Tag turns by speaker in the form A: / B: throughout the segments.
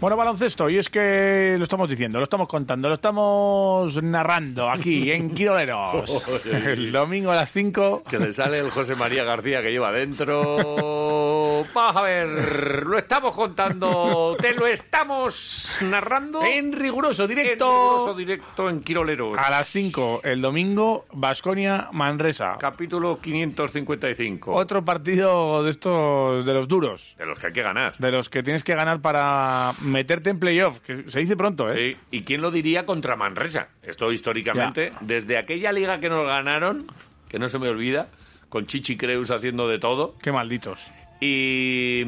A: Bueno, baloncesto, y es que lo estamos diciendo, lo estamos contando, lo estamos narrando aquí en Quiroleros. el domingo a las 5.
B: Que le sale el José María García que lleva adentro. Vamos a ver, lo estamos contando, te lo estamos narrando.
C: En riguroso directo. Ah.
B: En riguroso directo en Quiroleros.
A: A las 5 el domingo, Vasconia Manresa.
B: Capítulo 555.
A: Otro partido de estos, de los duros.
B: De los que hay que ganar.
A: De los que tienes que ganar para meterte en playoff, que se dice pronto, ¿eh?
B: Sí, ¿y quién lo diría contra Manresa? Esto históricamente, ya. desde aquella liga que nos ganaron, que no se me olvida, con Chichi Creus haciendo de todo.
A: Qué malditos.
B: Y, eh,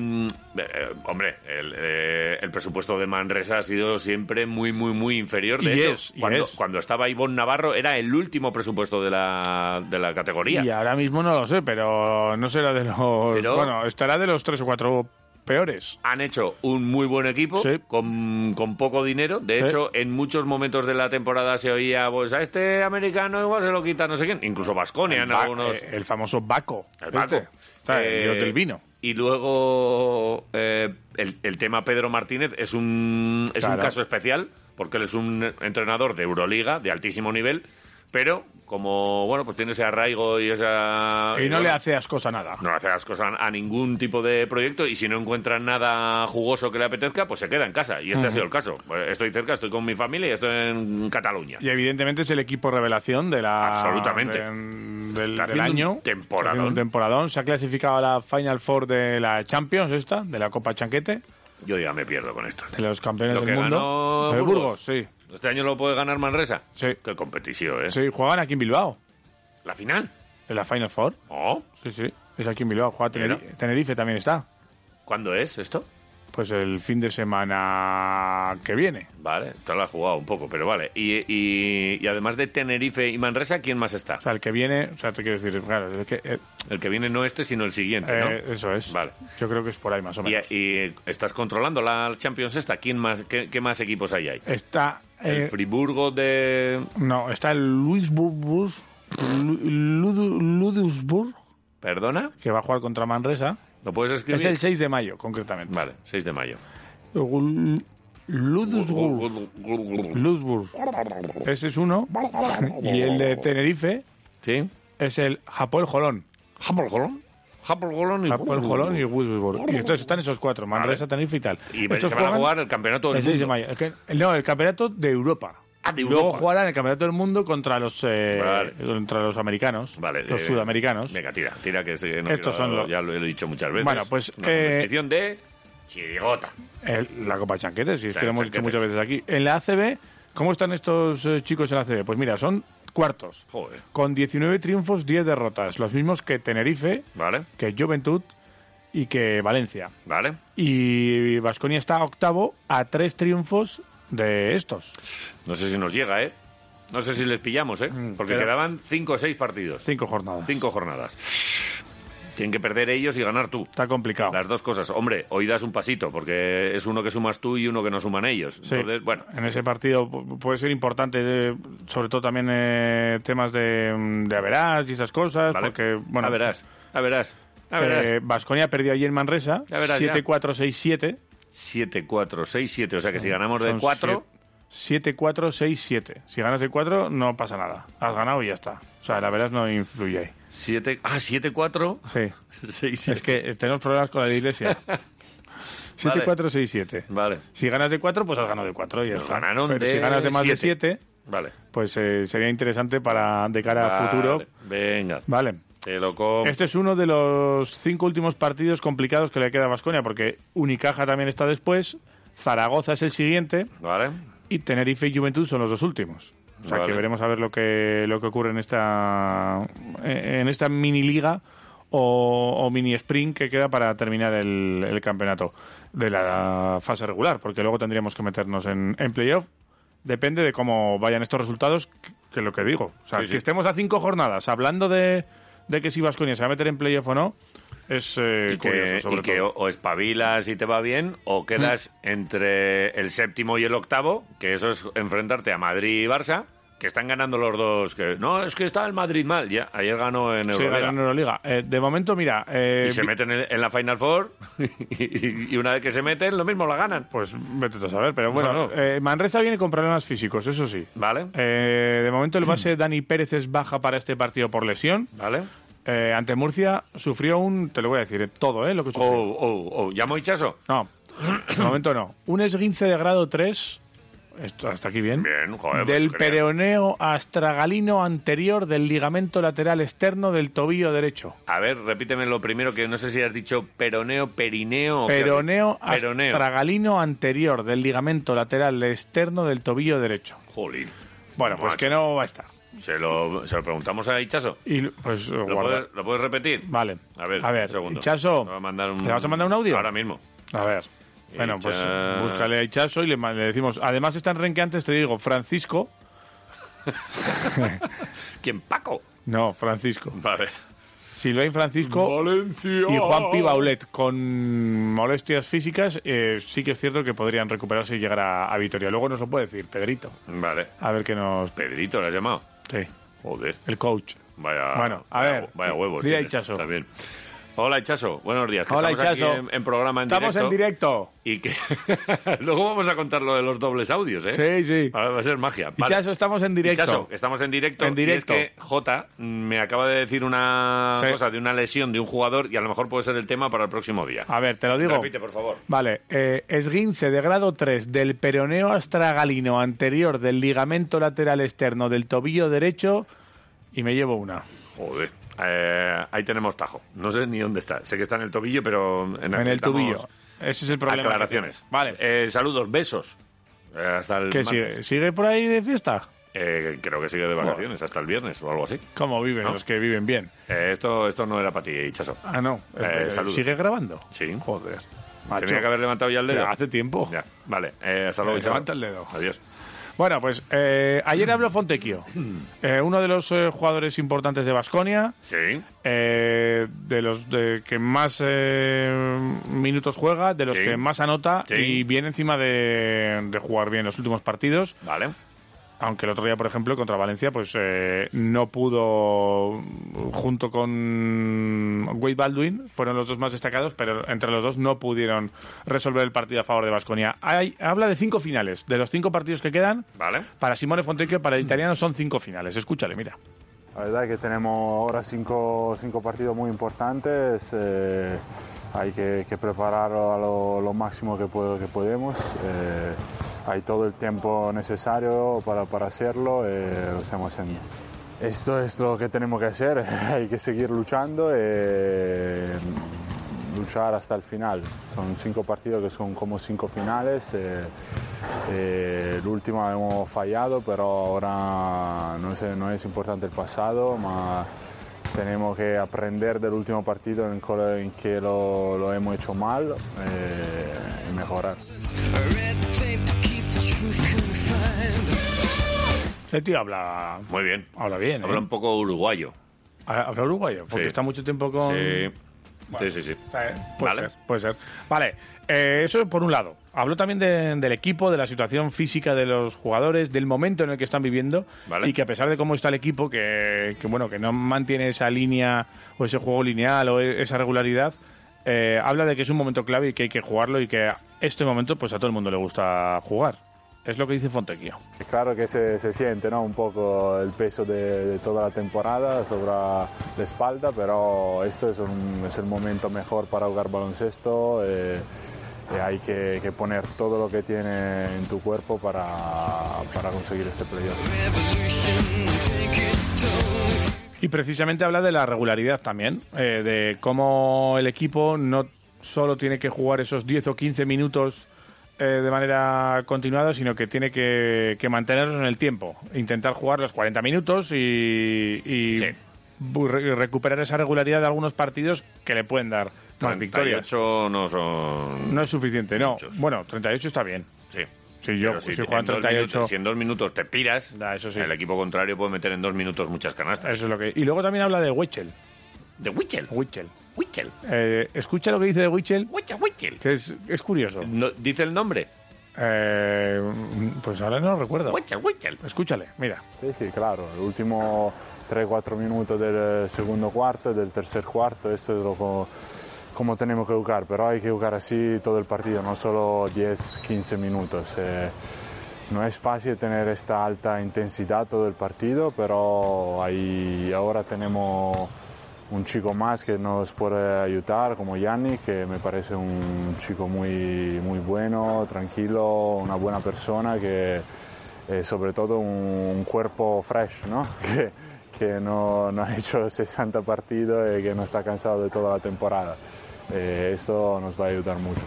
B: hombre, el, eh, el, presupuesto de Manresa ha sido siempre muy, muy, muy inferior. De
A: y
B: hecho,
A: es,
B: cuando,
A: y es.
B: cuando, estaba Ivonne Navarro era el último presupuesto de la, de la categoría.
A: Y ahora mismo no lo sé, pero no será de los... Pero, bueno, estará de los tres o cuatro peores.
B: Han hecho un muy buen equipo sí. con, con, poco dinero. De sí. hecho, en muchos momentos de la temporada se oía, pues a este americano igual se lo quita, no sé quién. Incluso Vasconia en algunos.
A: Eh, el famoso Baco.
B: El Baco. Este.
A: Eh, el del vino.
B: Y luego eh, el, el, tema Pedro Martínez es un, es claro. un caso especial, porque él es un entrenador de Euroliga, de altísimo nivel, pero como bueno pues tiene ese arraigo y esa
A: y no bueno, le hace ascos a nada
B: no le hace ascos a, a, ningún tipo de proyecto y si no encuentran nada jugoso que le apetezca pues se queda en casa y este uh -huh. ha sido el caso estoy cerca estoy con mi familia y estoy en Cataluña
A: y evidentemente es el equipo revelación de la
B: absolutamente
A: de, del, del año
B: temporadón
A: un temporadón se ha clasificado a la final four de la Champions esta de la Copa Chanquete
B: yo ya me pierdo con esto.
A: De los campeones
B: lo
A: del mundo.
B: Ganó
A: Burgos. Burgos, sí.
B: Este año lo puede ganar Manresa.
A: Sí.
B: Qué competición, ¿eh?
A: Sí, juegan aquí en Bilbao.
B: ¿La final?
A: ¿En la Final Four?
B: Oh.
A: Sí, sí. Es aquí en Bilbao. Juega Tenerife, Tenerife también está.
B: ¿Cuándo es esto?
A: Pues el fin de semana que viene.
B: Vale, te lo has jugado un poco, pero vale. Y, y, y, además de Tenerife y Manresa, ¿quién más está?
A: O sea, el que viene, o sea, te quiero decir, claro, el que, eh,
B: el que viene no este, sino el siguiente, ¿no?
A: Eh, eso es.
B: Vale.
A: Yo creo que es por ahí más o menos.
B: Y, y estás controlando la Champions esta. ¿Quién más, qué, qué más equipos hay ahí?
A: Está...
B: Eh, el Friburgo de...
A: No, está el Luisburg... Ludusburg.
B: ¿Perdona?
A: Que va a jugar contra Manresa.
B: ¿Lo puedes escribir?
A: Es el 6 de mayo, concretamente.
B: Vale, 6 de mayo.
A: Ludusburg. Ludusburg. Ese es uno. Y el de Tenerife.
B: Sí.
A: Es el Japón Jolón.
B: ¿Japón Jolón? Japón Jolón y
A: Japón Jolón y Ludusburg. Y entonces están esos cuatro, Manresa, Tenerife y tal.
B: Y se van a jugar el campeonato del
A: El 6 de mayo. No, el campeonato de Europa.
B: Ah, de
A: Luego jugarán el Campeonato del Mundo contra los eh,
B: vale.
A: contra los americanos,
B: vale,
A: los eh, sudamericanos.
B: Venga, tira, tira que eh,
A: no Estos quiero, son los...
B: ya lo he dicho muchas veces.
A: Bueno, pues
B: Una eh... competición de chirigota.
A: El, la Copa Chanquetes, si es que lo hemos dicho muchas veces aquí. En la ACB, ¿cómo están estos chicos en la ACB? Pues mira, son cuartos.
B: Joder.
A: Con 19 triunfos, 10 derrotas, los mismos que Tenerife,
B: vale.
A: que Juventud y que Valencia.
B: Vale.
A: Y Vasconia está octavo a tres triunfos de estos.
B: No sé si nos llega, ¿eh? No sé si les pillamos, ¿eh? Porque
A: Mm, Pero
B: quedaban cinco o seis partidos.
A: Cinco jornadas.
B: Cinco jornadas. Tienen que perder ellos y ganar tú.
A: Está complicado.
B: Las dos cosas. Hombre, hoy das un pasito, porque es uno que sumas tú y uno que no suman ellos.
A: Sí.
B: Entonces, bueno.
A: En ese partido puede ser importante, sobre todo también eh, temas de, de averás y esas cosas.
B: Vale.
A: Porque, bueno.
B: Averás, averás,
A: averás. Vasconia eh, perdió ayer en Manresa. 7-4-6-7.
B: 7, 4, 6, 7. O sea que si ganamos de 4.
A: 7, 4, 6, 7. Si ganas de 4, no pasa nada. Has ganado y ya está. O sea, la verdad no influye ahí.
B: 7, ah, 7, 4.
A: Sí.
B: 6, 7.
A: Es que eh, tenemos problemas con la iglesia. 7,
B: Vale.
A: 4, 6, 7.
B: Vale.
A: Si ganas de 4, pues has ganado de 4 y ya
B: Nos
A: está.
B: ganaron
A: Pero
B: de
A: si ganas de más de
B: 7,
A: 7,
B: Vale.
A: pues eh, sería interesante para de cara a
B: Vale.
A: futuro.
B: Venga.
A: Vale.
B: Te lo com-
A: Este es uno de los cinco últimos partidos complicados que le queda a Vasconia, porque Unicaja también está después, Zaragoza es el siguiente
B: ¿Vale?
A: y Tenerife y Juventud son los dos últimos. O sea
B: Vale.
A: que veremos a ver lo que lo que ocurre en esta en esta mini liga o, o mini sprint que queda para terminar el, el campeonato de la fase regular, porque luego tendríamos que meternos en, en playoff. Depende de cómo vayan estos resultados, que, que es lo que digo. O sea,
B: Sí,
A: si
B: sí.
A: estemos a cinco jornadas hablando de, de que si Vasconia se va a meter en playoff o no, es eh,
B: Y
A: curioso,
B: que,
A: sobre
B: y que
A: todo.
B: o, o espabilas y te va bien, o quedas entre el séptimo y el octavo, que eso es enfrentarte a Madrid y Barça, que están ganando los dos. Que, no, es que está el Madrid mal, ya. Ayer ganó en
A: Sí,
B: Europa.
A: ganan en Euroliga. Eh, de momento, mira... eh,
B: y se
A: vi-
B: meten en, en la Final Four, y, y una vez que se meten, lo mismo la ganan.
A: Pues vete tú a saber, pero bueno,
B: No, no.
A: eh, Manresa viene con problemas físicos, eso sí.
B: ¿Vale?
A: Eh, de momento el base Dani Pérez es baja para este partido por lesión.
B: ¿Vale?
A: Eh, ante Murcia sufrió un, te lo voy a decir, eh, todo, ¿eh? Lo que
B: Oh,
A: sufrió.
B: oh, oh. ¿Llamo Hichaso?
A: No, de momento no. Un esguince de grado 3, esto, hasta aquí bien,
B: Bien, joder.
A: del
B: pues, genial.
A: peroneo astragalino anterior del ligamento lateral externo del tobillo derecho.
B: A ver, repíteme lo primero que no sé si has dicho peroneo, perineo. o qué has dicho.
A: Peroneo
B: Oh, Peroneo.
A: astragalino anterior del ligamento lateral externo del tobillo derecho.
B: Jolín.
A: Bueno, pues
B: Macho.
A: que no va a estar.
B: Se lo, se lo preguntamos a Hichaso.
A: Y pues eh,
B: ¿Lo
A: guarda.
B: puedes, lo puedes repetir?
A: Vale.
B: A ver,
A: A ver,
B: un segundo.
A: Chaso,
B: Te voy a mandar un-
A: ¿le vas a mandar un audio?
B: Ahora mismo.
A: A ver. Bueno, pues
B: Hichas.
A: búscale a Hichazo y le, ma- le decimos. Además, están renqueantes, te digo, Francisco.
B: ¿Quién? Paco.
A: No, Francisco.
B: Vale.
A: Silvain Francisco
B: Valencia.
A: y Juan Pibaulet. Con molestias físicas, eh, sí que es cierto que podrían recuperarse y llegar a, a Vitoria. Luego nos lo puede decir Pedrito.
B: Vale.
A: A ver qué nos.
B: Pedrito, ¿le has llamado?
A: Sí,
B: Joder.
A: el coach.
B: Vaya,
A: Bueno, a
B: vaya-
A: ver,
B: Vaya huevos.
A: dile a
B: tienes
A: Hichaso.
B: También. Hola, Hichaso. Buenos días. que
A: Hola,
B: estamos aquí
A: Hichaso.
B: en, en programa en
A: Estamos en
B: directo.
A: directo.
B: Y que luego vamos a contar lo de los dobles audios, ¿eh?
A: Sí, sí.
B: Ahora va a ser magia. Vale.
A: Hichazo, estamos en directo.
B: Chaso, estamos en directo.
A: En
B: y es
A: directo.
B: que J me acaba de decir una
A: Sí.
B: cosa de una lesión de un jugador y a lo mejor puede ser el tema para el próximo día.
A: A ver, te lo digo.
B: Repite, por favor.
A: Vale, eh, esguince de grado 3 del peroneo astragalino anterior del ligamento lateral externo del tobillo derecho y me llevo una.
B: Joder. Eh, ahí tenemos Tajo. No sé ni dónde está. Sé que está en el tobillo, pero en,
A: en el tobillo. Ese es el problema.
B: Aclaraciones.
A: Vale.
B: Eh, saludos, besos. Eh, hasta el
A: ¿Qué
B: martes.
A: sigue? ¿Sigue por ahí de fiesta?
B: Eh, creo que sigue de vacaciones, hasta el viernes o algo así.
A: ¿Cómo viven
B: No.
A: los que viven bien?
B: Eh, esto, esto no era para ti, Hichaso.
A: Ah, no.
B: Eh, saludos.
A: ¿Sigue grabando?
B: Sí.
A: Joder. Ah, macho.
B: Tenía que haber levantado ya el dedo.
A: Hace tiempo.
B: Ya. Vale. Eh, hasta luego,
A: Eh,
B: Hichaso.
A: levanta el dedo.
B: Adiós.
A: Bueno, pues eh, ayer habló Fontecchio, eh, uno de los eh, jugadores importantes de Basconia.
B: Sí.
A: Eh, de los de que más eh, minutos juega, de los
B: Sí.
A: que más anota
B: Sí.
A: y viene encima de, de jugar bien los últimos partidos.
B: Vale.
A: Aunque el otro día, por ejemplo, contra Valencia, pues eh, no pudo junto con Wade Baldwin, fueron los dos más destacados, pero entre los dos no pudieron resolver el partido a favor de Vasconia. Habla de cinco finales, de los cinco partidos que quedan.
B: Vale.
A: Para Simone Fontecchio, para el italiano, son cinco finales. Escúchale, mira.
C: La verdad es que tenemos ahora cinco, cinco partidos muy importantes. eh, hay que, que prepararlo a lo, lo máximo que, puedo, que podemos. eh, hay todo el tiempo necesario para, para hacerlo. eh, lo estamos haciendo. Esto es lo que tenemos que hacer. hay que seguir luchando. eh, luchar hasta el final. Son cinco partidos que son como cinco finales. eh, eh, el último hemos fallado, pero ahora no es, no es importante el pasado, ma tenemos que aprender del último partido en, el cual- en que lo, lo hemos hecho mal eh, y mejorar.
D: Red tape to keep the truth confined.
A: Ese tío habla,
B: Muy bien.
A: habla bien. ¿eh?
B: Habla un poco uruguayo.
A: ¿Ha- ¿Habrá uruguayo? Porque
B: Sí.
A: está mucho tiempo con...
B: Sí. sí, sí, sí.
A: Eh, puede
B: Vale.
A: ser, puede ser. Vale, eh, eso por un lado. Habló también de- del equipo, de la situación física de los jugadores, del momento en el que están viviendo
B: Vale.
A: y que a pesar de cómo está el equipo, que, que, bueno, que no mantiene esa línea o ese juego lineal o e- esa regularidad, eh, habla de que es un momento clave y que hay que jugarlo y que a este momento pues a todo el mundo le gusta jugar. Es lo que dice Fontecchio.
C: Es Claro que se, se siente ¿no? un poco el peso de, de toda la temporada sobre la espalda, pero esto es, un- es el momento mejor para jugar baloncesto. eh, y hay que, que poner todo lo que tiene en tu cuerpo para, para conseguir ese este playoff.
D: Revolution, take its toll.
A: Y precisamente habla de la regularidad también, eh, de cómo el equipo no solo tiene que jugar esos 10 o 15 minutos eh, de manera continuada, sino que tiene que, que mantenerlos en el tiempo, intentar jugar los 40 minutos y, y
B: Sí.
A: bu- re- recuperar esa regularidad de algunos partidos que le pueden dar más victorias.
B: 38 no son...
A: No es suficiente, no.
B: Muchos.
A: Bueno, 38 está bien.
B: Sí.
A: Si yo pues,
B: Pero
A: si,
B: en
A: juegan
B: dos
A: 38...
B: minutos- si en dos minutos te piras,
A: Da, eso sí. Eh.
B: el equipo contrario puede meter en dos minutos muchas canastas.
A: Eso es lo que. Y luego también habla de Wechel.
B: De Witchell.
A: Wechel.
B: Witchell.
A: Eh, escucha lo que dice de Wechel,
B: Witchell, Witchell.
A: que es, es curioso.
B: No- ¿Dice el nombre?
A: Eh, pues ahora no Eh. lo recuerdo.
B: Witchell, Witchell.
A: Escúchale, mira.
C: Sí, sí, claro, el último 3-4 minutos del segundo cuarto y del tercer cuarto, esto es lo co- como tenemos que jugar, pero hay que jugar así todo el partido, no solo 10-15 minutos. Eh, no es fácil tener esta alta intensidad todo el partido, pero ahí ahora tenemos un chico más que nos puede ayudar, como Yanni, que me parece un chico muy, muy bueno, tranquilo, una buena persona que eh, sobre todo un cuerpo fresh, ¿no? que, que no, no ha hecho 60 partidos y que no está cansado de toda la temporada. Eh, esto nos va a ayudar mucho.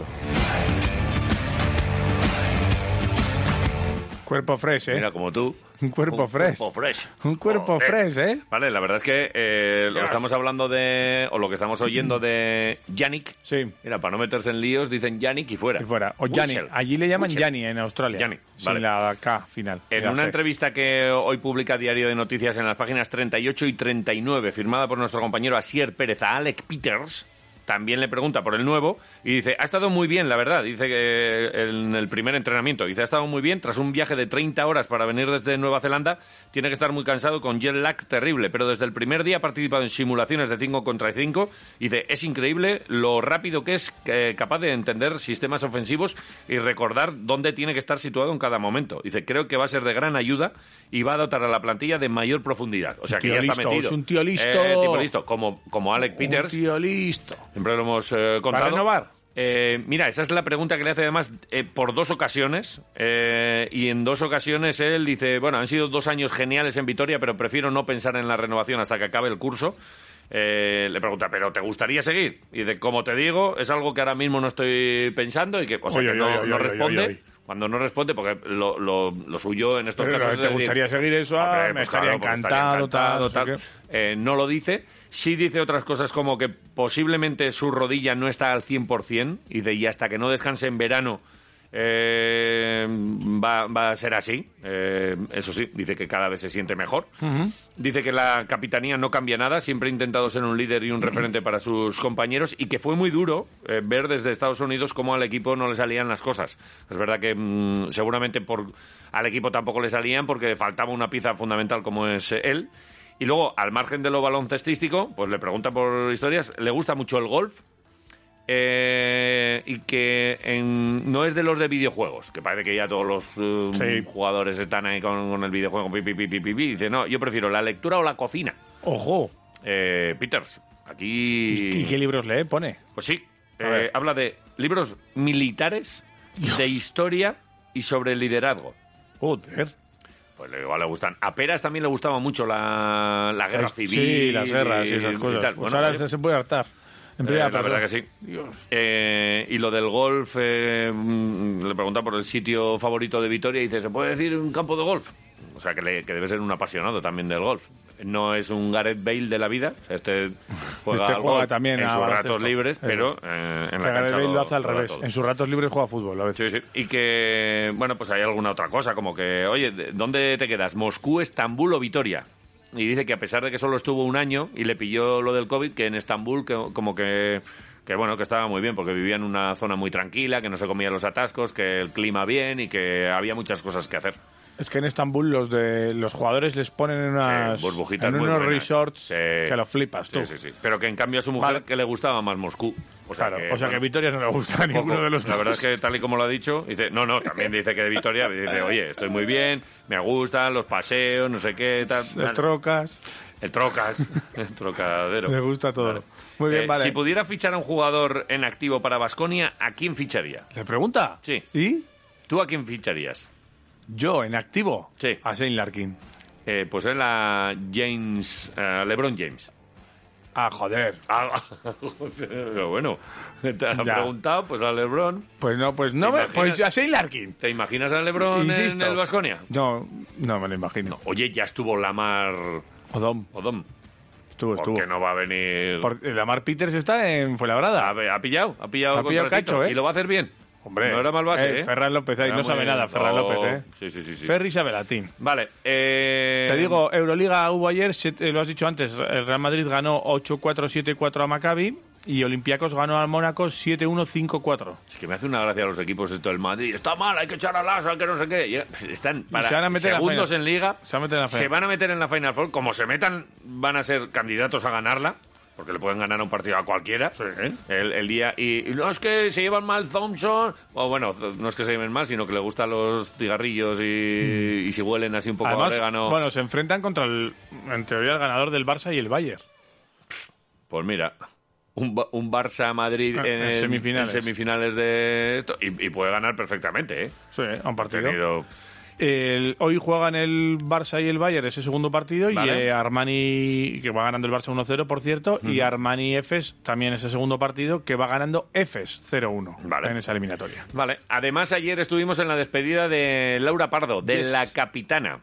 A: Cuerpo fresh, ¿eh?
B: Mira, Oh, como tú.
A: Un cuerpo fresh.
B: cuerpo fresh.
A: Un cuerpo
B: Joder.
A: fresh, ¿eh?
B: Vale, la verdad es que eh, lo
A: Dios.
B: que estamos hablando de... O lo que estamos oyendo de Yannick.
A: Sí.
B: Mira, para no meterse en líos, dicen Yannick y fuera.
A: Y fuera. O Yanni.
B: Witchell.
A: Allí le llaman ¿eh?
B: Witchell.
A: Yanni en Australia.
B: Yanni,
A: Sin
B: vale.
A: la K final.
B: En
A: Mira,
B: una
A: fe.
B: entrevista que hoy publica Diario de Noticias en las páginas 38 y 39, firmada por nuestro compañero Asier Pérez a Alec Peters, también le pregunta por el nuevo y dice, ha estado muy bien, la verdad, dice que en el primer entrenamiento, dice, ha estado muy bien, tras un viaje de 30 horas para venir desde Nueva Zelanda, tiene que estar muy cansado con jet lag terrible, pero desde el primer día ha participado en simulaciones de 5 contra 5, dice, es increíble lo rápido que es eh, capaz de entender sistemas ofensivos y recordar dónde tiene que estar situado en cada momento. Dice, creo que va a ser de gran ayuda y va a dotar a la plantilla de mayor profundidad. O sea, que
A: Tío
B: ya está
A: listo,
B: metido.
A: es un tío listo.
B: Eh, tipo listo, como, como Alec Peters.
A: Un tío listo.
B: Siempre lo hemos eh, contado.
A: renovar?
B: Eh, mira, esa es la pregunta que le hace además eh, por dos ocasiones. eh, y en dos ocasiones él dice, bueno, han sido dos años geniales en Vitoria, pero prefiero no pensar en la renovación hasta que acabe el curso. Eh, le pregunta, ¿pero te gustaría seguir? Y dice, como te digo, es algo que ahora mismo no estoy pensando y que, o sea,
A: Oy,
B: que
A: oy,
B: no,
A: oy, oy,
B: no
A: oy, oy,
B: responde.
A: oy.
B: Cuando no responde, porque lo, lo- lo suyo en estos
A: Pero,
B: casos... es
A: ¿Te
B: decir,
A: gustaría seguir eso? Ah,
B: Hombre,
A: me
B: pues
A: estaría
B: claro, porque
A: encantado,
B: encantado,
A: tal, no sé
B: Eh, no lo dice. Sí dice otras cosas como que posiblemente su rodilla no está al 100% y, de, y hasta que no descanse en verano eh, va, va a ser así. Eh, eso sí, dice que cada vez se siente mejor. Dice que la capitanía no cambia nada, siempre ha intentado ser un líder y un referente para sus compañeros y que fue muy duro eh, ver desde Estados Unidos cómo al equipo no le salían las cosas. Es verdad que mm, seguramente por, al equipo tampoco le salían porque faltaba una pieza fundamental como es eh, él. Y luego, al margen de lo baloncestístico, pues le pregunta por historias, le gusta mucho el golf, eh, y que en- no es de los de videojuegos, que parece que ya todos los eh,
A: Sí.
B: jugadores están ahí con, con el videojuego, pi, pi, pi, pi, pi, pi. Dice, no, yo prefiero la lectura o la cocina.
A: Ojo.
B: Eh, Peters,
A: ¿Y,
B: aquí...
A: qué libros lee? Pone.
B: Pues sí,
A: A
B: eh,
A: ver.
B: habla de libros militares, de historia y sobre liderazgo.
A: Joder.
B: Pues le- igual le gustan. A Peras también le gustaba mucho la, la guerra civil.
A: Sí, las guerras y
B: y
A: esas cosas.
B: tal.
A: Pues
B: Bueno,
A: ahora
B: oye,
A: se, se puede hartar. En
B: Eh,
A: primera
B: la verdad que
A: persona.
B: sí. Eh, y lo del golf, eh, mm, le pregunta por el sitio favorito de Vitoria y dice, ¿se puede decir un campo de golf? O sea, que, le- que debe ser un apasionado también del golf. No es un Gareth Bale de la vida. o sea, este juega,
A: Este
B: al
A: juega
B: golf
A: también
B: en
A: a
B: sus
A: baloncesto.
B: ratos libres,
A: Eso
B: pero
A: es.
B: eh, en la
A: Pegar el
B: cancha
A: Bale
B: lo-
A: lo hace al
B: lo da
A: revés.
B: todo.
A: En sus ratos libres juega fútbol a veces.
B: Sí, sí. Y que, bueno, pues hay alguna otra cosa, como que, oye, ¿de- ¿dónde te quedas? ¿Moscú, Estambul o Vitoria? Y dice que a pesar de que solo estuvo un año y le pilló lo del COVID, que en Estambul que, como que, que, bueno, que estaba muy bien, porque vivía en una zona muy tranquila, que no se comían los atascos, que el clima bien y que había muchas cosas que hacer.
A: Es que en Estambul los de los jugadores les ponen en unas
B: Sí, burbujitas
A: en
B: muy
A: unos
B: buenas.
A: resorts
B: Sí.
A: que los flipas tú.
B: Sí, sí, sí. Pero que en cambio a su mujer
A: Vale.
B: que le gustaba más Moscú. O sea
A: Claro,
B: que,
A: o sea que
B: bueno,
A: Vitoria no le gusta a ninguno
B: Poco.
A: de los
B: La
A: dos.
B: verdad es que tal y como lo ha dicho, dice, no, no, también dice que de Vitoria, dice, oye, estoy muy bien, me gustan los paseos, no sé qué, tal.
A: Las trocas,
B: El trocas, el trocadero.
A: le gusta todo.
B: Vale.
A: Muy bien,
B: Eh,
A: vale.
B: Si pudiera fichar a un jugador en activo para Basconia, ¿a quién ficharía?
A: ¿Le pregunta?
B: Sí.
A: ¿Y?
B: ¿Tú a quién ficharías?
A: Yo, en activo,
B: Sí.
A: a Shane Larkin.
B: eh, pues es la James, eh, LeBron James.
A: Ah, joder.
B: Ah, Pero bueno, te han
A: Ya.
B: preguntado, pues a LeBron.
A: Pues no, pues no
B: ¿Te
A: me.
B: imaginas?
A: Pues a Shane Larkin.
B: ¿Te imaginas a LeBron en
A: Insisto.
B: el Vasconia?
A: No, no me lo imagino.
B: Oye, ya estuvo Lamar
A: Odom,
B: Odom.
A: estuvo,
B: ¿Por
A: estuvo.
B: qué no va a venir?
A: Porque Lamar Peters está en Fuenlabrada.
B: A ver, ha pillado, ha pillado,
A: Ha pillado
B: contratito,
A: cacho, ¿eh?
B: Y lo va a hacer bien.
A: Hombre.
B: no era mal base,
A: Eh,
B: ¿eh?
A: Ferran López ahí
B: Era
A: no
B: muy-
A: sabe nada, Ferran
B: No.
A: López, ¿eh?
B: Sí, sí, sí. sí.
A: Ferry sabe latín.
B: Vale, eh...
A: Te digo, Euroliga hubo ayer, siete- eh, lo has dicho antes, el Real Madrid ganó 8-4, 7-4 a Maccabi y Olympiacos ganó al Mónaco 7-1, 5-4.
B: Es que me hace una gracia a los equipos esto del Madrid. Está mal, hay que echar a Lazo, que no sé qué. Y pues están para
A: se van a meter en la
B: segundos
A: final.
B: en liga.
A: Se van a meter en la final.
B: Se van a meter en la Final Four. Como se metan, van a ser candidatos a ganarla. Porque le pueden ganar un partido a cualquiera. El, el día. Y, y no es que se llevan mal Thompson. O bueno, no es que se lleven mal, sino que le gustan los cigarrillos y, y si huelen así un poco a orégano.
A: Mm. bueno, se enfrentan contra, el, en teoría, el ganador del Barça y el Bayern.
B: Pues mira, un, Ba- un Barça-Madrid
A: Ah,
B: en,
A: en
B: en semifinales.
A: semifinales.
B: de esto. Y, y puede ganar perfectamente, ¿eh?
A: Sí, a un partido.
B: Tenido-
A: El- hoy juegan el Barça y el Bayern ese segundo partido
B: Vale.
A: y eh, Armani, que va ganando el Barça 1-0, por cierto, y Armani Efes también ese segundo partido que va ganando Efes 0-1
B: Vale.
A: en esa eliminatoria.
B: Vale, además ayer estuvimos en la despedida de Laura Pardo, de
A: Yes.
B: La Capitana.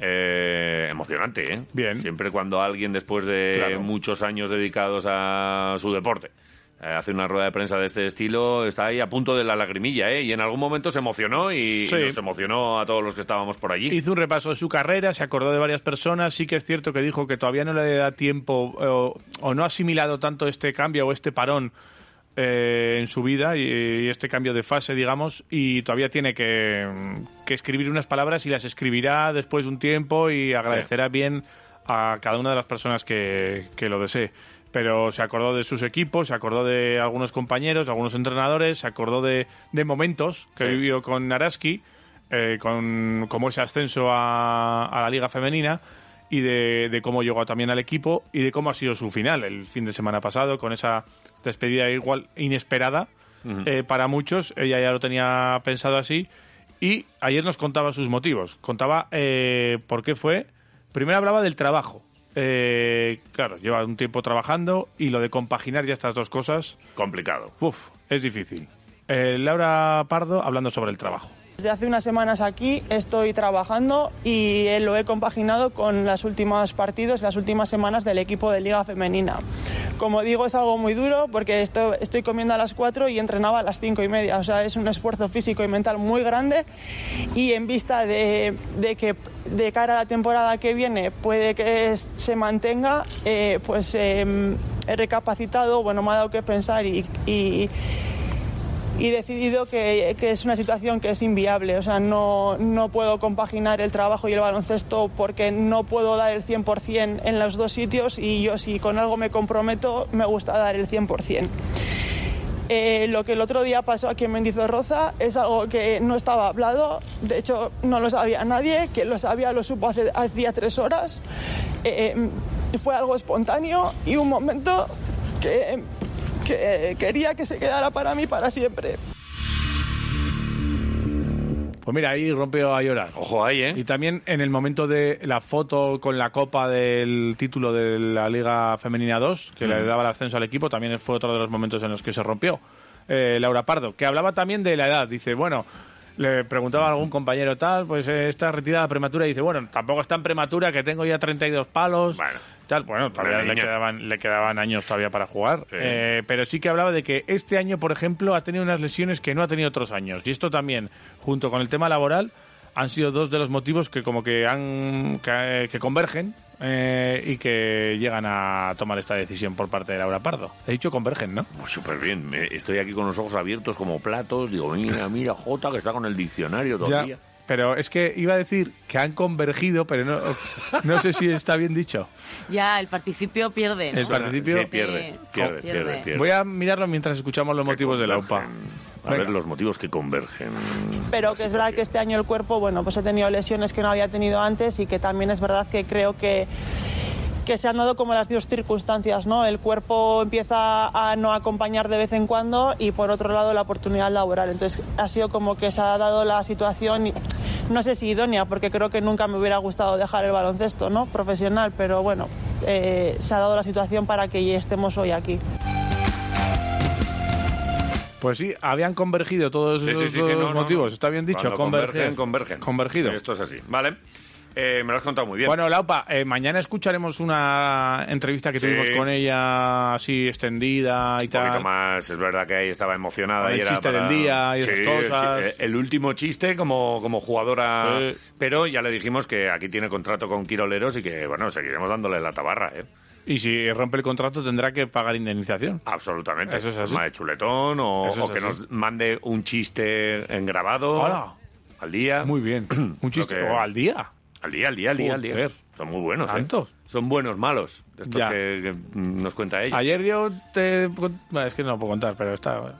B: Eh, emocionante, ¿eh?
A: Bien.
B: Siempre cuando alguien después de
A: Claro.
B: muchos años dedicados a su deporte eh, hace una rueda de prensa de este estilo, está ahí a punto de la lagrimilla, ¿eh? Y en algún momento se emocionó y,
A: Sí.
B: y nos emocionó a todos los que estábamos por allí.
A: Hizo un repaso de su carrera, se acordó de varias personas, sí que es cierto que dijo que todavía no le da tiempo eh, o, o no ha asimilado tanto este cambio o este parón eh, en su vida y, y este cambio de fase, digamos, y todavía tiene que, mm, que escribir unas palabras y las escribirá después de un tiempo y agradecerá bien a cada una de las personas que, que lo desee. Pero se acordó de sus equipos, se acordó de algunos compañeros, de algunos entrenadores, se acordó de, de momentos que
B: Sí.
A: vivió con Naraski, eh, con, como ese ascenso a, a la Liga Femenina y de, de cómo llegó también al equipo y de cómo ha sido su final el fin de semana pasado con esa despedida igual inesperada eh, para muchos. Ella ya lo tenía pensado así y ayer nos contaba sus motivos. Contaba eh, por qué fue. Primero hablaba del trabajo. Eh, claro, lleva un tiempo trabajando y lo de compaginar ya estas dos cosas,
B: Complicado.
A: uf, es difícil. Eh, Laura Pardo hablando sobre el trabajo.
E: Desde hace unas semanas aquí estoy trabajando y eh, lo he compaginado con los últimos partidos, las últimas semanas del equipo de Liga Femenina. Como digo, es algo muy duro porque esto- estoy comiendo a las 4 y entrenaba a las 5 y media. O sea, es un esfuerzo físico y mental muy grande y en vista de, de que de cara a la temporada que viene puede que es- se mantenga, eh, pues em, he recapacitado, bueno, me ha dado que pensar y- y y decidido que, que es una situación que es inviable. O sea, no, no puedo compaginar el trabajo y el baloncesto porque no puedo dar el 100% en los dos sitios y yo si con algo me comprometo me gusta dar el 100%. Eh, lo que el otro día pasó aquí en Mendizorroza es algo que no estaba hablado, de hecho no lo sabía nadie, quien lo sabía lo supo hace, hacía tres horas. Eh, fue algo espontáneo y un momento que, que quería que se quedara para mí para siempre.
A: Pues mira, ahí rompió a llorar.
B: Ojo ahí, ¿eh?
A: Y también en el momento de la foto con la copa del título de la Liga Femenina 2, que le daba el ascenso al equipo, también fue otro de los momentos en los que se rompió eh, Laura Pardo, que hablaba también de la edad. Dice, bueno, le preguntaba a algún compañero tal, pues eh, está retirada prematura y dice, bueno, tampoco es tan prematura que tengo ya 32 palos.
B: Bueno.
A: Tal, bueno, todavía
B: Una
A: le
B: niña.
A: quedaban, le quedaban años todavía para jugar.
B: Sí.
A: Eh, pero sí que hablaba de que este año, por ejemplo, ha tenido unas lesiones que no ha tenido otros años. Y esto también, junto con el tema laboral, han sido dos de los motivos que como que han que, que convergen eh, y que llegan a tomar esta decisión por parte de Laura Pardo. He dicho convergen, ¿no?
B: Pues súper bien, me- estoy aquí con los ojos abiertos como platos. Digo, mira, mira, Jota que está con el diccionario todavía.
A: Pero es que iba a decir que han convergido, pero no, no sé si está bien dicho.
F: Ya, el participio pierde. ¿no?
A: El par- principio-
B: Sí, pierde,
F: Sí,
B: pierde,
F: pierde.
B: pierde, pierde.
A: Voy a mirarlo mientras escuchamos los
B: Que
A: motivos de la UPA.
B: convergen. A
A: Venga.
B: ver los motivos que convergen.
E: Pero que es verdad que este año el cuerpo, bueno, pues he tenido lesiones que no había tenido antes y que también es verdad que creo que que se han dado como las dos circunstancias, ¿no? El cuerpo empieza a no acompañar de vez en cuando y por otro lado la oportunidad laboral. Entonces ha sido como que se ha dado la situación y no sé si idónea, porque creo que nunca me hubiera gustado dejar el baloncesto ¿no? profesional, pero bueno, eh, se ha dado la situación para que estemos hoy aquí.
A: Pues sí, habían convergido todos
B: Sí, sí,
A: esos
B: sí, sí, no,
A: dos
B: no,
A: motivos.
B: no.
A: Está bien dicho,
B: Cuando
A: convergen.
B: convergen, convergen.
A: Convergido.
B: Esto es así. Vale. Eh, me lo has contado muy bien.
A: Bueno, Laupa, eh, mañana escucharemos una entrevista que
B: Sí.
A: tuvimos con ella así extendida y
B: un
A: tal.
B: poquito más, es verdad que ahí estaba emocionada.
A: Con el
B: y era
A: chiste
B: para-
A: del día y esas
B: Sí,
A: cosas.
B: El, chi- el último chiste como, como jugadora.
A: Sí.
B: Pero ya le dijimos que aquí tiene contrato con Quiroleros y que, bueno, seguiremos dándole la tabarra, ¿eh?
A: Y si rompe el contrato tendrá que pagar indemnización.
B: Absolutamente.
A: Eso es
B: En
A: así.
B: forma de chuletón o,
A: Eso es
B: o que
A: así.
B: nos mande un chiste en grabado.
A: Hola.
B: Al día.
A: Muy bien. Un chiste.
B: Ah. Lo que-
A: O al día.
B: Al día, al día, al día, al día.
A: Joder.
B: Son muy buenos, ¿eh?
A: ¿Tantos?
B: Son buenos, malos. Esto
A: Ya.
B: que, que, mm, nos cuenta ella.
A: Ayer yo te... con- bueno, Es que no lo puedo contar, pero está...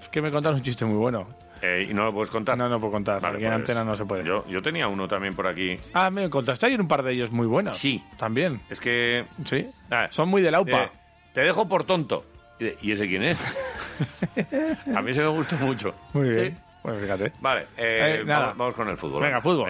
A: Es que me contaron un chiste muy bueno.
B: Eh, y no lo puedes contar.
A: No, no puedo contar.
B: Vale,
A: aquí en
B: pues,
A: antena no se puede.
B: Yo, yo tenía uno también por aquí.
A: Ah, me contaste ayer un par de ellos muy buenos.
B: Sí.
A: También.
B: Es que.
A: Sí.
B: Ah,
A: Son muy de Laupa.
B: eh, te dejo por tonto. Y de- ¿Y ese quién es? A mí se me gustó mucho.
A: Muy
B: Sí.
A: bien. Bueno, fíjate.
B: Vale, eh,
A: Eh, nada.
B: Vamos, vamos con el fútbol.
A: Venga, fútbol.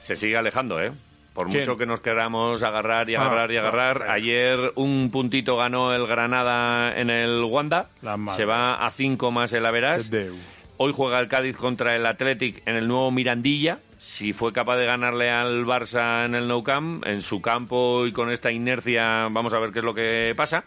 B: Se sigue alejando, ¿eh? Por
A: ¿Quién?
B: mucho que nos queramos agarrar y
A: Ah,
B: agarrar y
A: ah,
B: agarrar,
A: venga.
B: ayer un puntito ganó el Granada en el Wanda.
A: La madre.
B: Se va a cinco más el Averas.
A: Deu.
B: Hoy juega el Cádiz contra el Athletic en el nuevo Mirandilla. Si fue capaz de ganarle al Barça en el Nou Camp, en su campo y con esta inercia, vamos a ver qué es lo que pasa.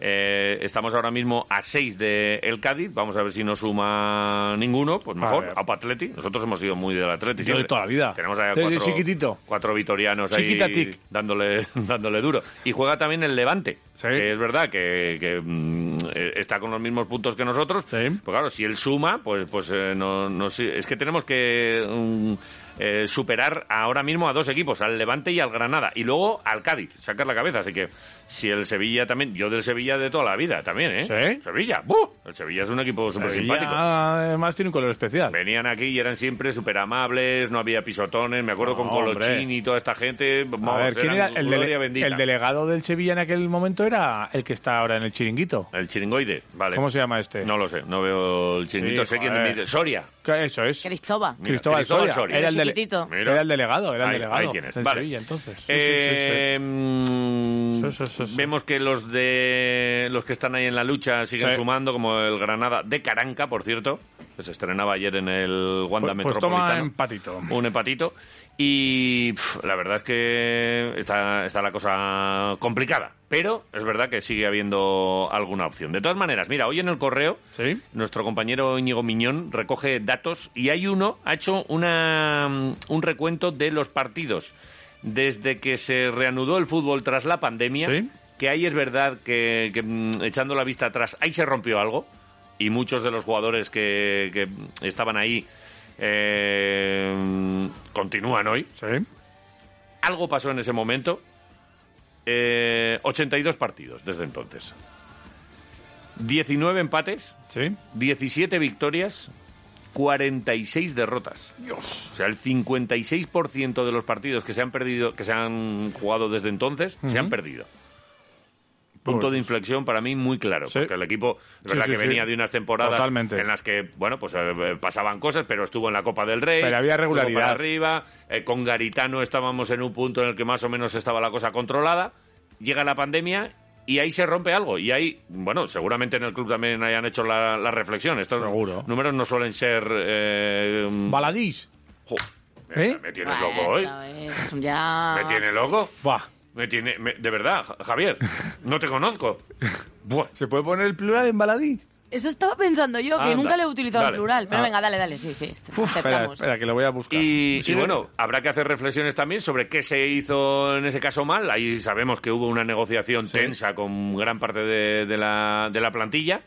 B: Eh, estamos ahora mismo a 6 de el Cádiz. Vamos a ver si no suma ninguno. Pues mejor,
A: ver.
B: a Atleti. Nosotros hemos sido muy del Atleti.
A: Yo
B: siempre.
A: de toda la vida.
B: Tenemos ahí a
A: Desde
B: cuatro,
A: chiquitito.
B: cuatro vitorianos ahí
A: Chiquitatic.
B: dándole, dándole duro. Y juega también el Levante.
A: Sí.
B: que es verdad que, que, mm, eh, está con los mismos puntos que nosotros.
A: Sí.
B: Pues claro, si él suma, pues, pues eh, no, no sé. es que tenemos que mm, eh, superar ahora mismo a dos equipos, al Levante y al Granada, y luego al Cádiz, sacar la cabeza. Así que si el Sevilla también, yo del Sevilla de toda la vida también, ¿eh?
A: ¿Sí?
B: Sevilla, ¡buh! El Sevilla es un equipo súper
A: Sevilla,
B: simpático.
A: Eh, Además tiene un color especial.
B: Venían aquí y eran siempre súper amables, no había pisotones, me acuerdo
A: No,
B: con
A: hombre.
B: Colochín y toda esta gente. Vamos,
A: A ver, ¿quién era
B: eran
A: el,
B: gloria
A: dele-
B: bendita.
A: el delegado del Sevilla en aquel momento? Era el que está ahora en el chiringuito.
B: El chiringoide, vale.
A: ¿Cómo se llama este?
B: No lo sé, no veo el chiringuito,
A: Sí,
B: sé quién
A: joder.
B: mide. Soria.
A: Que Eso es.
F: Cristóbal.
B: Mira,
A: Cristóbal,
B: Cristóbal
A: Soria.
B: Soria.
A: Era, el dele-
F: Chiquitito.
B: Mira.
A: era el delegado, era el
B: Ahí-
A: delegado.
B: ahí tienes,
A: del
B: vale.
A: Sevilla, entonces. Sí, sí, sí,
B: Eh, mm,
A: Sí, sí, sí, sí.
B: Vemos que los de los que están ahí en la lucha siguen
A: Sí.
B: sumando, como el Granada de Caranca, por cierto, que se estrenaba ayer en el Wanda
A: Pues- pues toma
B: Metropolitano.
A: empatito.
B: Un empatito. Y pf, la verdad es que está, está la cosa complicada. Pero es verdad que sigue habiendo alguna opción. De todas maneras, mira, hoy en el correo
A: sí. Sí.
B: nuestro compañero Íñigo Miñón recoge datos y hay uno, ha hecho una, mm, un recuento de los partidos. Desde que se reanudó el fútbol tras la pandemia,
A: Sí.
B: que ahí es verdad que, que, mm, echando la vista atrás, ahí se rompió algo y muchos de los jugadores que, que, mm, estaban ahí eh, continúan hoy.
A: Sí.
B: Algo pasó en ese momento. Eh, 82 partidos desde entonces. 19 empates,
A: Sí.
B: 17 victorias, 46 derrotas. O sea, el 56% de los partidos que se han perdido, que se han jugado desde entonces, se han perdido. Punto
A: Pues-
B: de inflexión para mí muy claro,
A: Sí.
B: porque el equipo, es
A: Sí,
B: verdad
A: sí,
B: que
A: sí.
B: venía de unas temporadas
A: Totalmente.
B: en las que, bueno, pues eh, pasaban cosas, pero estuvo en la Copa del Rey,
A: Pero había
B: estuvo para
A: regularidad.
B: arriba, eh, con Garitano estábamos en un punto en el que más o menos estaba la cosa controlada, llega la pandemia y ahí se rompe algo. Y ahí, bueno, seguramente en el club también hayan hecho la, la reflexión. Estos
A: Seguro.
B: números no suelen ser... eh,
A: Baladís.
B: jo,
A: ¿Eh?
B: me, me tienes
F: Bueno,
B: loco hoy.
F: esta vez Ya.
B: Me tiene loco.
A: Buah.
B: Me tiene, me- de verdad, Ja- Javier, no te conozco. Buah.
A: ¿Se puede poner el plural en baladí?
F: Eso estaba pensando yo, que
B: Anda,
F: nunca le he utilizado
B: dale.
F: el plural. Pero
A: Ah.
F: venga, dale, dale, sí, sí.
A: espera,
F: aceptamos.
A: espera, que lo voy a buscar.
B: Y,
A: Sí,
B: y
A: de-
B: bueno, habrá que hacer reflexiones también sobre qué se hizo en ese caso mal. Ahí sabemos que hubo una negociación tensa con gran parte de, de la, de la plantilla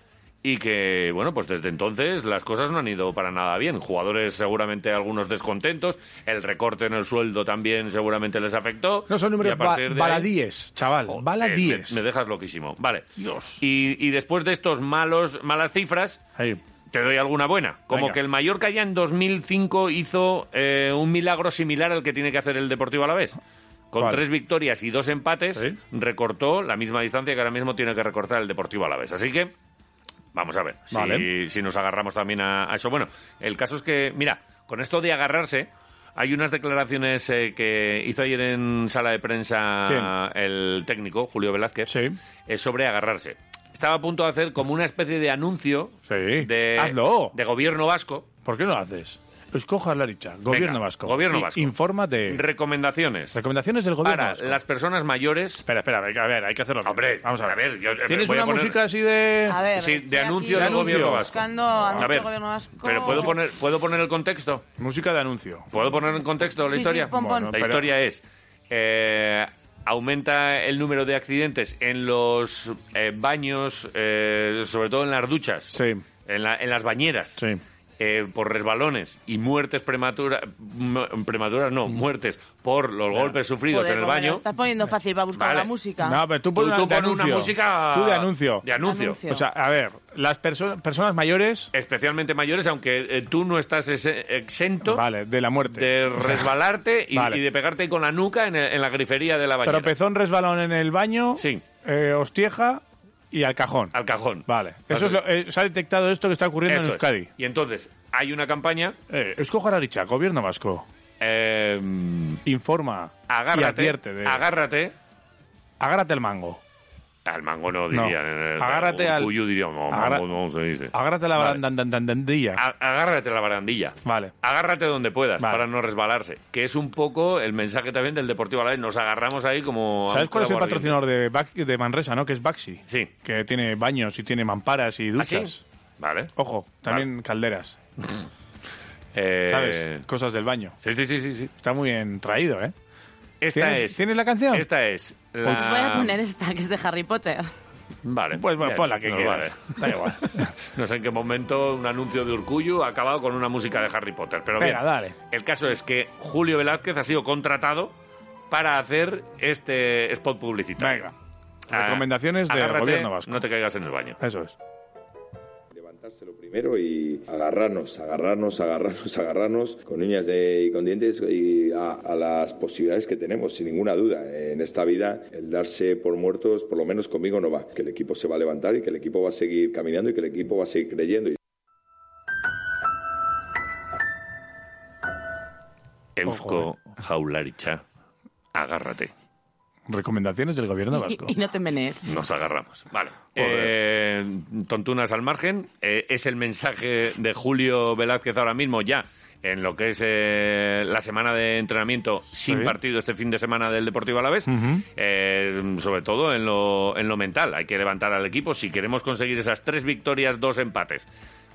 B: y que, bueno, pues desde entonces las cosas no han ido para nada bien. Jugadores seguramente algunos descontentos, el recorte en el sueldo también seguramente les afectó.
A: No son
B: Y
A: números
B: a
A: ba-
B: partir de ahí-
A: baladíes, chaval.
B: Joder,
A: baladíes.
B: Me, me dejas loquísimo. Vale.
A: Dios.
B: Y, y después de estos malos malas cifras,
A: Ahí.
B: te doy alguna buena. Como
A: Venga.
B: que el Mallorca ya en 2005 hizo eh, un milagro similar al que tiene que hacer el Deportivo a la vez. Con
A: ¿Cuál?
B: tres victorias y dos empates,
A: Sí.
B: recortó la misma distancia que ahora mismo tiene que recortar el Deportivo a la vez. Así que Vamos a ver si-
A: Vale.
B: si, nos agarramos también a, a eso. Bueno, el caso es que, mira, con esto de agarrarse, hay unas declaraciones eh, que hizo ayer en sala de prensa el técnico, Julio Velázquez,
A: Sí.
B: eh, sobre agarrarse. Estaba a punto de hacer como una especie de anuncio
A: Sí.
B: de,
A: Hazlo.
B: de gobierno vasco.
A: ¿Por qué no lo haces? Escoja la dicha. Gobierno vasco.
B: Gobierno
A: I-
B: vasco.
A: Infórmate.
B: Recomendaciones
A: Recomendaciones del gobierno
B: para
A: vasco.
B: las personas mayores.
A: Espera, espera, hay que- a ver, hay que hacerlo. bien.
B: Hombre,
A: vamos a ver.
B: a ver, yo- eh,
A: ¿Tienes
B: voy a
A: una
B: poner-
A: música así de.
F: A ver,
B: Sí,
F: estoy
B: de
F: aquí
B: anuncio
A: del gobierno vasco.
F: buscando
B: A
F: anuncio
B: ver,
F: del gobierno vasco.
B: pero puedo poner, puedo poner el contexto.
A: Música de anuncio.
B: ¿Puedo poner en contexto la
F: Sí, sí,
B: historia?
F: pon, pon.
A: Bueno,
B: la
A: pero-
B: historia es. eh, aumenta el número de accidentes en los eh, baños, eh, sobre todo en las duchas.
A: Sí.
B: En, la- en las bañeras.
A: Sí.
B: eh, por resbalones y muertes prematuras. Prematuras no, muertes por los golpes sufridos
F: Mm. Joder,
B: en el
F: Roma, me
B: baño.
F: lo estás poniendo fácil para buscar
B: Vale.
F: la música.
A: No, pero tú
B: Tú,
A: pones una,
B: tú
A: de
B: pon una
A: anuncio.
B: música.
A: Tú de anuncio.
B: De anuncio.
F: Anuncio.
A: O sea, a ver, las personas personas mayores.
B: Especialmente mayores, aunque eh, tú no estás ese- exento.
A: Vale, de la muerte.
B: de resbalarte y,
A: Vale.
B: y de pegarte con la nuca en, el- en la grifería de la bañera.
A: Tropezón, resbalón en el baño.
B: Sí.
A: eh, hostieja y al cajón.
B: Al cajón.
A: Vale. Eso es lo- eh, se ha detectado esto que está ocurriendo en
B: Esto es.
A: Euskadi.
B: Y entonces, hay una campaña.
A: Eh, escoja la dicha, gobierno vasco.
B: eh,
A: Informa. Y
B: agárrate.
A: advierte. De,
B: Agárrate.
A: agárrate el mango.
B: Al mango no
A: No.
B: dirían. eh,
A: Agárrate
B: o
A: al-
B: Cuyo dirían, no,
A: Agarra-
B: mango no se dice.
A: Agárrate la
B: Vale. Ah,
A: barandandandandilla.
B: A- Agárrate a la barandilla.
A: Vale.
B: Agárrate donde puedas
A: Vale.
B: para no resbalarse. Que es un poco el mensaje también del Deportivo Alavés. Nos agarramos ahí como. a
A: ¿Sabes
B: un
A: cuál es el
B: clavo ardiente.
A: patrocinador de, Bac- de Manresa, no? Que es Baxi.
B: Sí.
A: Que tiene baños y tiene mamparas y
B: ¿Ah, sí?
A: duchas.
B: Vale.
A: Ojo, también calderas,
B: Eh,
A: ¿sabes? Cosas del baño.
B: Sí, sí, sí, sí. sí.
A: Está muy bien traído, ¿eh?
B: Esta
A: ¿Tienes,
B: es.
A: ¿Tienes la canción?
B: Esta es. La...
F: Pues voy a poner esta, que es de Harry Potter.
B: Vale.
A: Pues bueno,
B: Bien,
A: pon la que
B: nos
A: quieras. Da igual.
B: No sé en qué momento un anuncio de Urcuyu ha acabado con una música de Harry Potter. Pero
A: Venga,
B: bien,
A: dale.
B: el caso es que Julio Velázquez ha sido contratado para hacer este spot publicitario.
A: Venga.
B: Ah,
A: Recomendaciones del
B: agárrate,
A: gobierno vasco.
B: No te caigas en el baño.
A: Eso es.
G: Levantarse lo primero y agarrarnos, agarrarnos, agarrarnos, agarrarnos con uñas de- y con dientes y a, a las posibilidades que tenemos, sin ninguna duda. En esta vida, el darse por muertos, por lo menos conmigo, no va. Que el equipo se va a levantar y que el equipo va a seguir caminando y que el equipo va a seguir creyendo. Y
A: Oh,
B: Eusko Jaularicha, agárrate.
A: Recomendaciones del gobierno vasco.
F: Y, y no te menees.
B: Nos agarramos. Vale.
A: Joder.
B: Eh, tontunas al margen. Eh, es el mensaje de Julio Velázquez ahora mismo ya en lo que es eh, la semana de entrenamiento sin
A: Sí.
B: partido este fin de semana del Deportivo Alavés.
A: Ujú.
B: Eh, sobre todo en lo, en lo mental. Hay que levantar al equipo si queremos conseguir esas tres victorias, dos empates,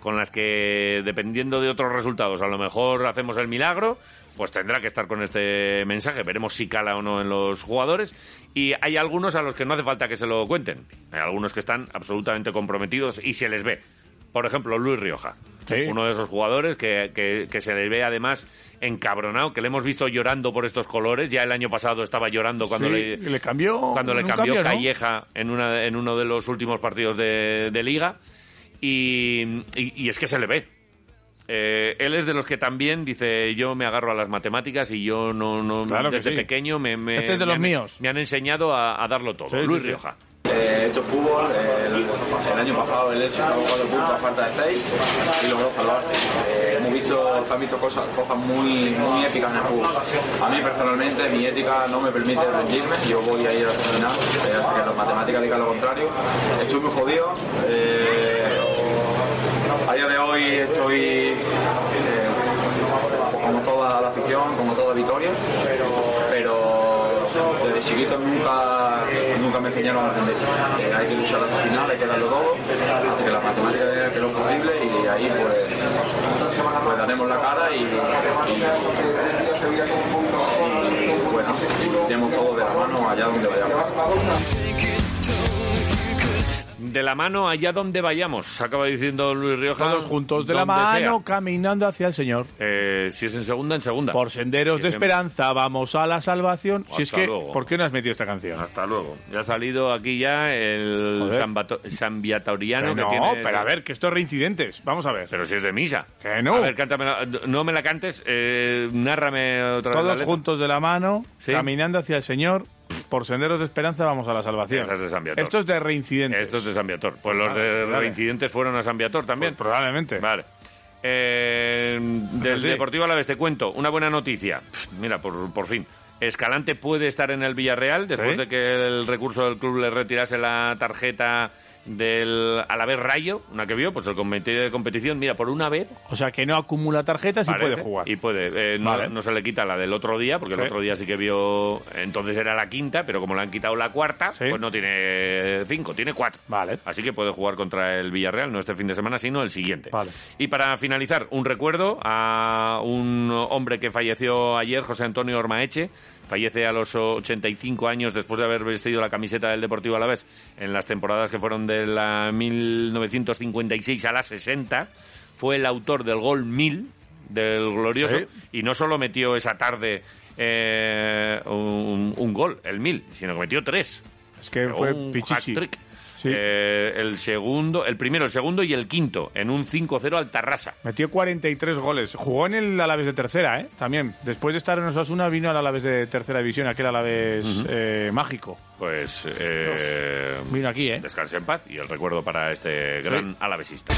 B: con las que, dependiendo de otros resultados, a lo mejor hacemos el milagro. Pues tendrá que estar con este mensaje. Veremos si cala o no en los jugadores. Y hay algunos a los que no hace falta que se lo cuenten. Hay algunos que están absolutamente comprometidos y se les ve. Por ejemplo, Luis Rioja.
A: Sí.
B: Uno de esos jugadores que, que- que se le ve además encabronado, que le hemos visto llorando por estos colores. Ya el año pasado estaba llorando cuando
A: Sí,
B: le,
A: le cambió-
B: cuando le
A: un
B: cambió
A: cambio, ¿no?
B: Calleja en una en uno de los últimos partidos de, de liga y, y- y es que se le ve Eh, él es de los que también dice yo me agarro a las matemáticas y yo no, no
A: Claro que
B: desde
A: sí.
B: pequeño me, me-
A: Este es de
B: me
A: los
B: han,
A: míos.
B: me han enseñado a, a darlo todo
A: Sí, sí,
B: Luis
A: sí.
B: Rioja
H: He hecho fútbol, eh, el, el año pasado el Elche sacó cuatro puntos a falta de seis y logró salvarse. Eh, hemos visto, se han visto cosas, cosas muy, muy épicas en el fútbol. A mí personalmente mi ética no me permite rendirme, yo voy a ir hasta el final, eh, hasta que las matemáticas digan lo contrario. Estoy muy jodido. eh, a día de hoy estoy eh, como toda la afición, como toda Vitoria, pero desde chiquito nunca, nunca me enseñaron a rendirse. Eh, hay que luchar hasta el final, hay que darlo todo, hasta que la matemática diga que lo posible y ahí pues, pues daremos la cara y, y- y, bueno, iremos todos de la mano allá donde vayamos.
D: Take its toll if you could.
B: de la mano allá donde vayamos acaba diciendo Luis Rioja
A: Todos juntos de la
B: donde sea.
A: mano caminando hacia el Señor.
B: Eh, si es en segunda en segunda
A: Por senderos
B: Si
A: de
B: es en-
A: esperanza, vamos a la salvación. si
B: Hasta
A: es que,
B: luego. Ah,
A: ¿por qué no has metido esta canción?
B: hasta luego ya ha salido aquí ya el
A: Joder.
B: Sambato- Sambiatoriano
A: no,
B: que tiene
A: pero a ver, que esto es reincidentes. Vamos a ver.
B: Pero si es de misa.
A: Que no.
B: A ver, cántamela. No me la cantes. Eh, nárrame otra vez. la
A: Todos
B: letra.
A: juntos de la mano,
B: Sí.
A: caminando hacia el Señor. por senderos de esperanza vamos a la salvación.
B: Esa es de San Viator.
A: Esto es de reincidente.
B: Estos de San Viator. Pues los
A: Vale,
B: de
A: vale. Pues
B: reincidentes fueron a San Viator también.
A: probablemente.
B: Vale. Eh, del
A: sí.
B: Deportivo Alavés te cuento una buena noticia. Pff, Mira, por, por fin. Escalante puede estar en el Villarreal después
A: Sí.
B: de que el recurso del club le retirase la tarjeta del Alavés Rayo, una que vio, pues el comité de competición, mira, por una vez
A: O sea, que no acumula tarjetas y
B: parece,
A: puede jugar.
B: Y puede. Eh, no,
A: Vale.
B: no se le quita la del otro día, porque
A: Sí.
B: el otro día sí que vio. Entonces era la quinta, pero como le han quitado la cuarta,
A: Sí.
B: pues no tiene cinco, tiene cuatro.
A: Vale.
B: Así que puede jugar contra el Villarreal, no este fin de semana, sino el siguiente.
A: Vale.
B: Y para finalizar, un recuerdo a un hombre que falleció ayer, José Antonio Ormaeche. Fallece a los 85 años después de haber vestido la camiseta del Deportivo Alavés en las temporadas que fueron de la 1956 a la 60. Fue el autor del gol 1000 del glorioso
A: Sí.
B: y no solo metió esa tarde eh, un, un gol, el 1000, sino que metió tres.
A: Es que
B: Pegó
A: fue
B: un
A: pichichi.
B: hat-trick.
A: Sí.
B: Eh, el segundo, el primero, el segundo y el quinto, en un 5-0 al Tarrasa.
A: Metió 43 goles. Jugó en el Alavés de tercera, ¿eh? También. Después de estar en Osasuna vino al Alavés de tercera división, aquel Alavés eh, mágico.
B: Pues eh,
A: Vino aquí, ¿eh?
B: descanse en paz y el recuerdo para este gran alavesista.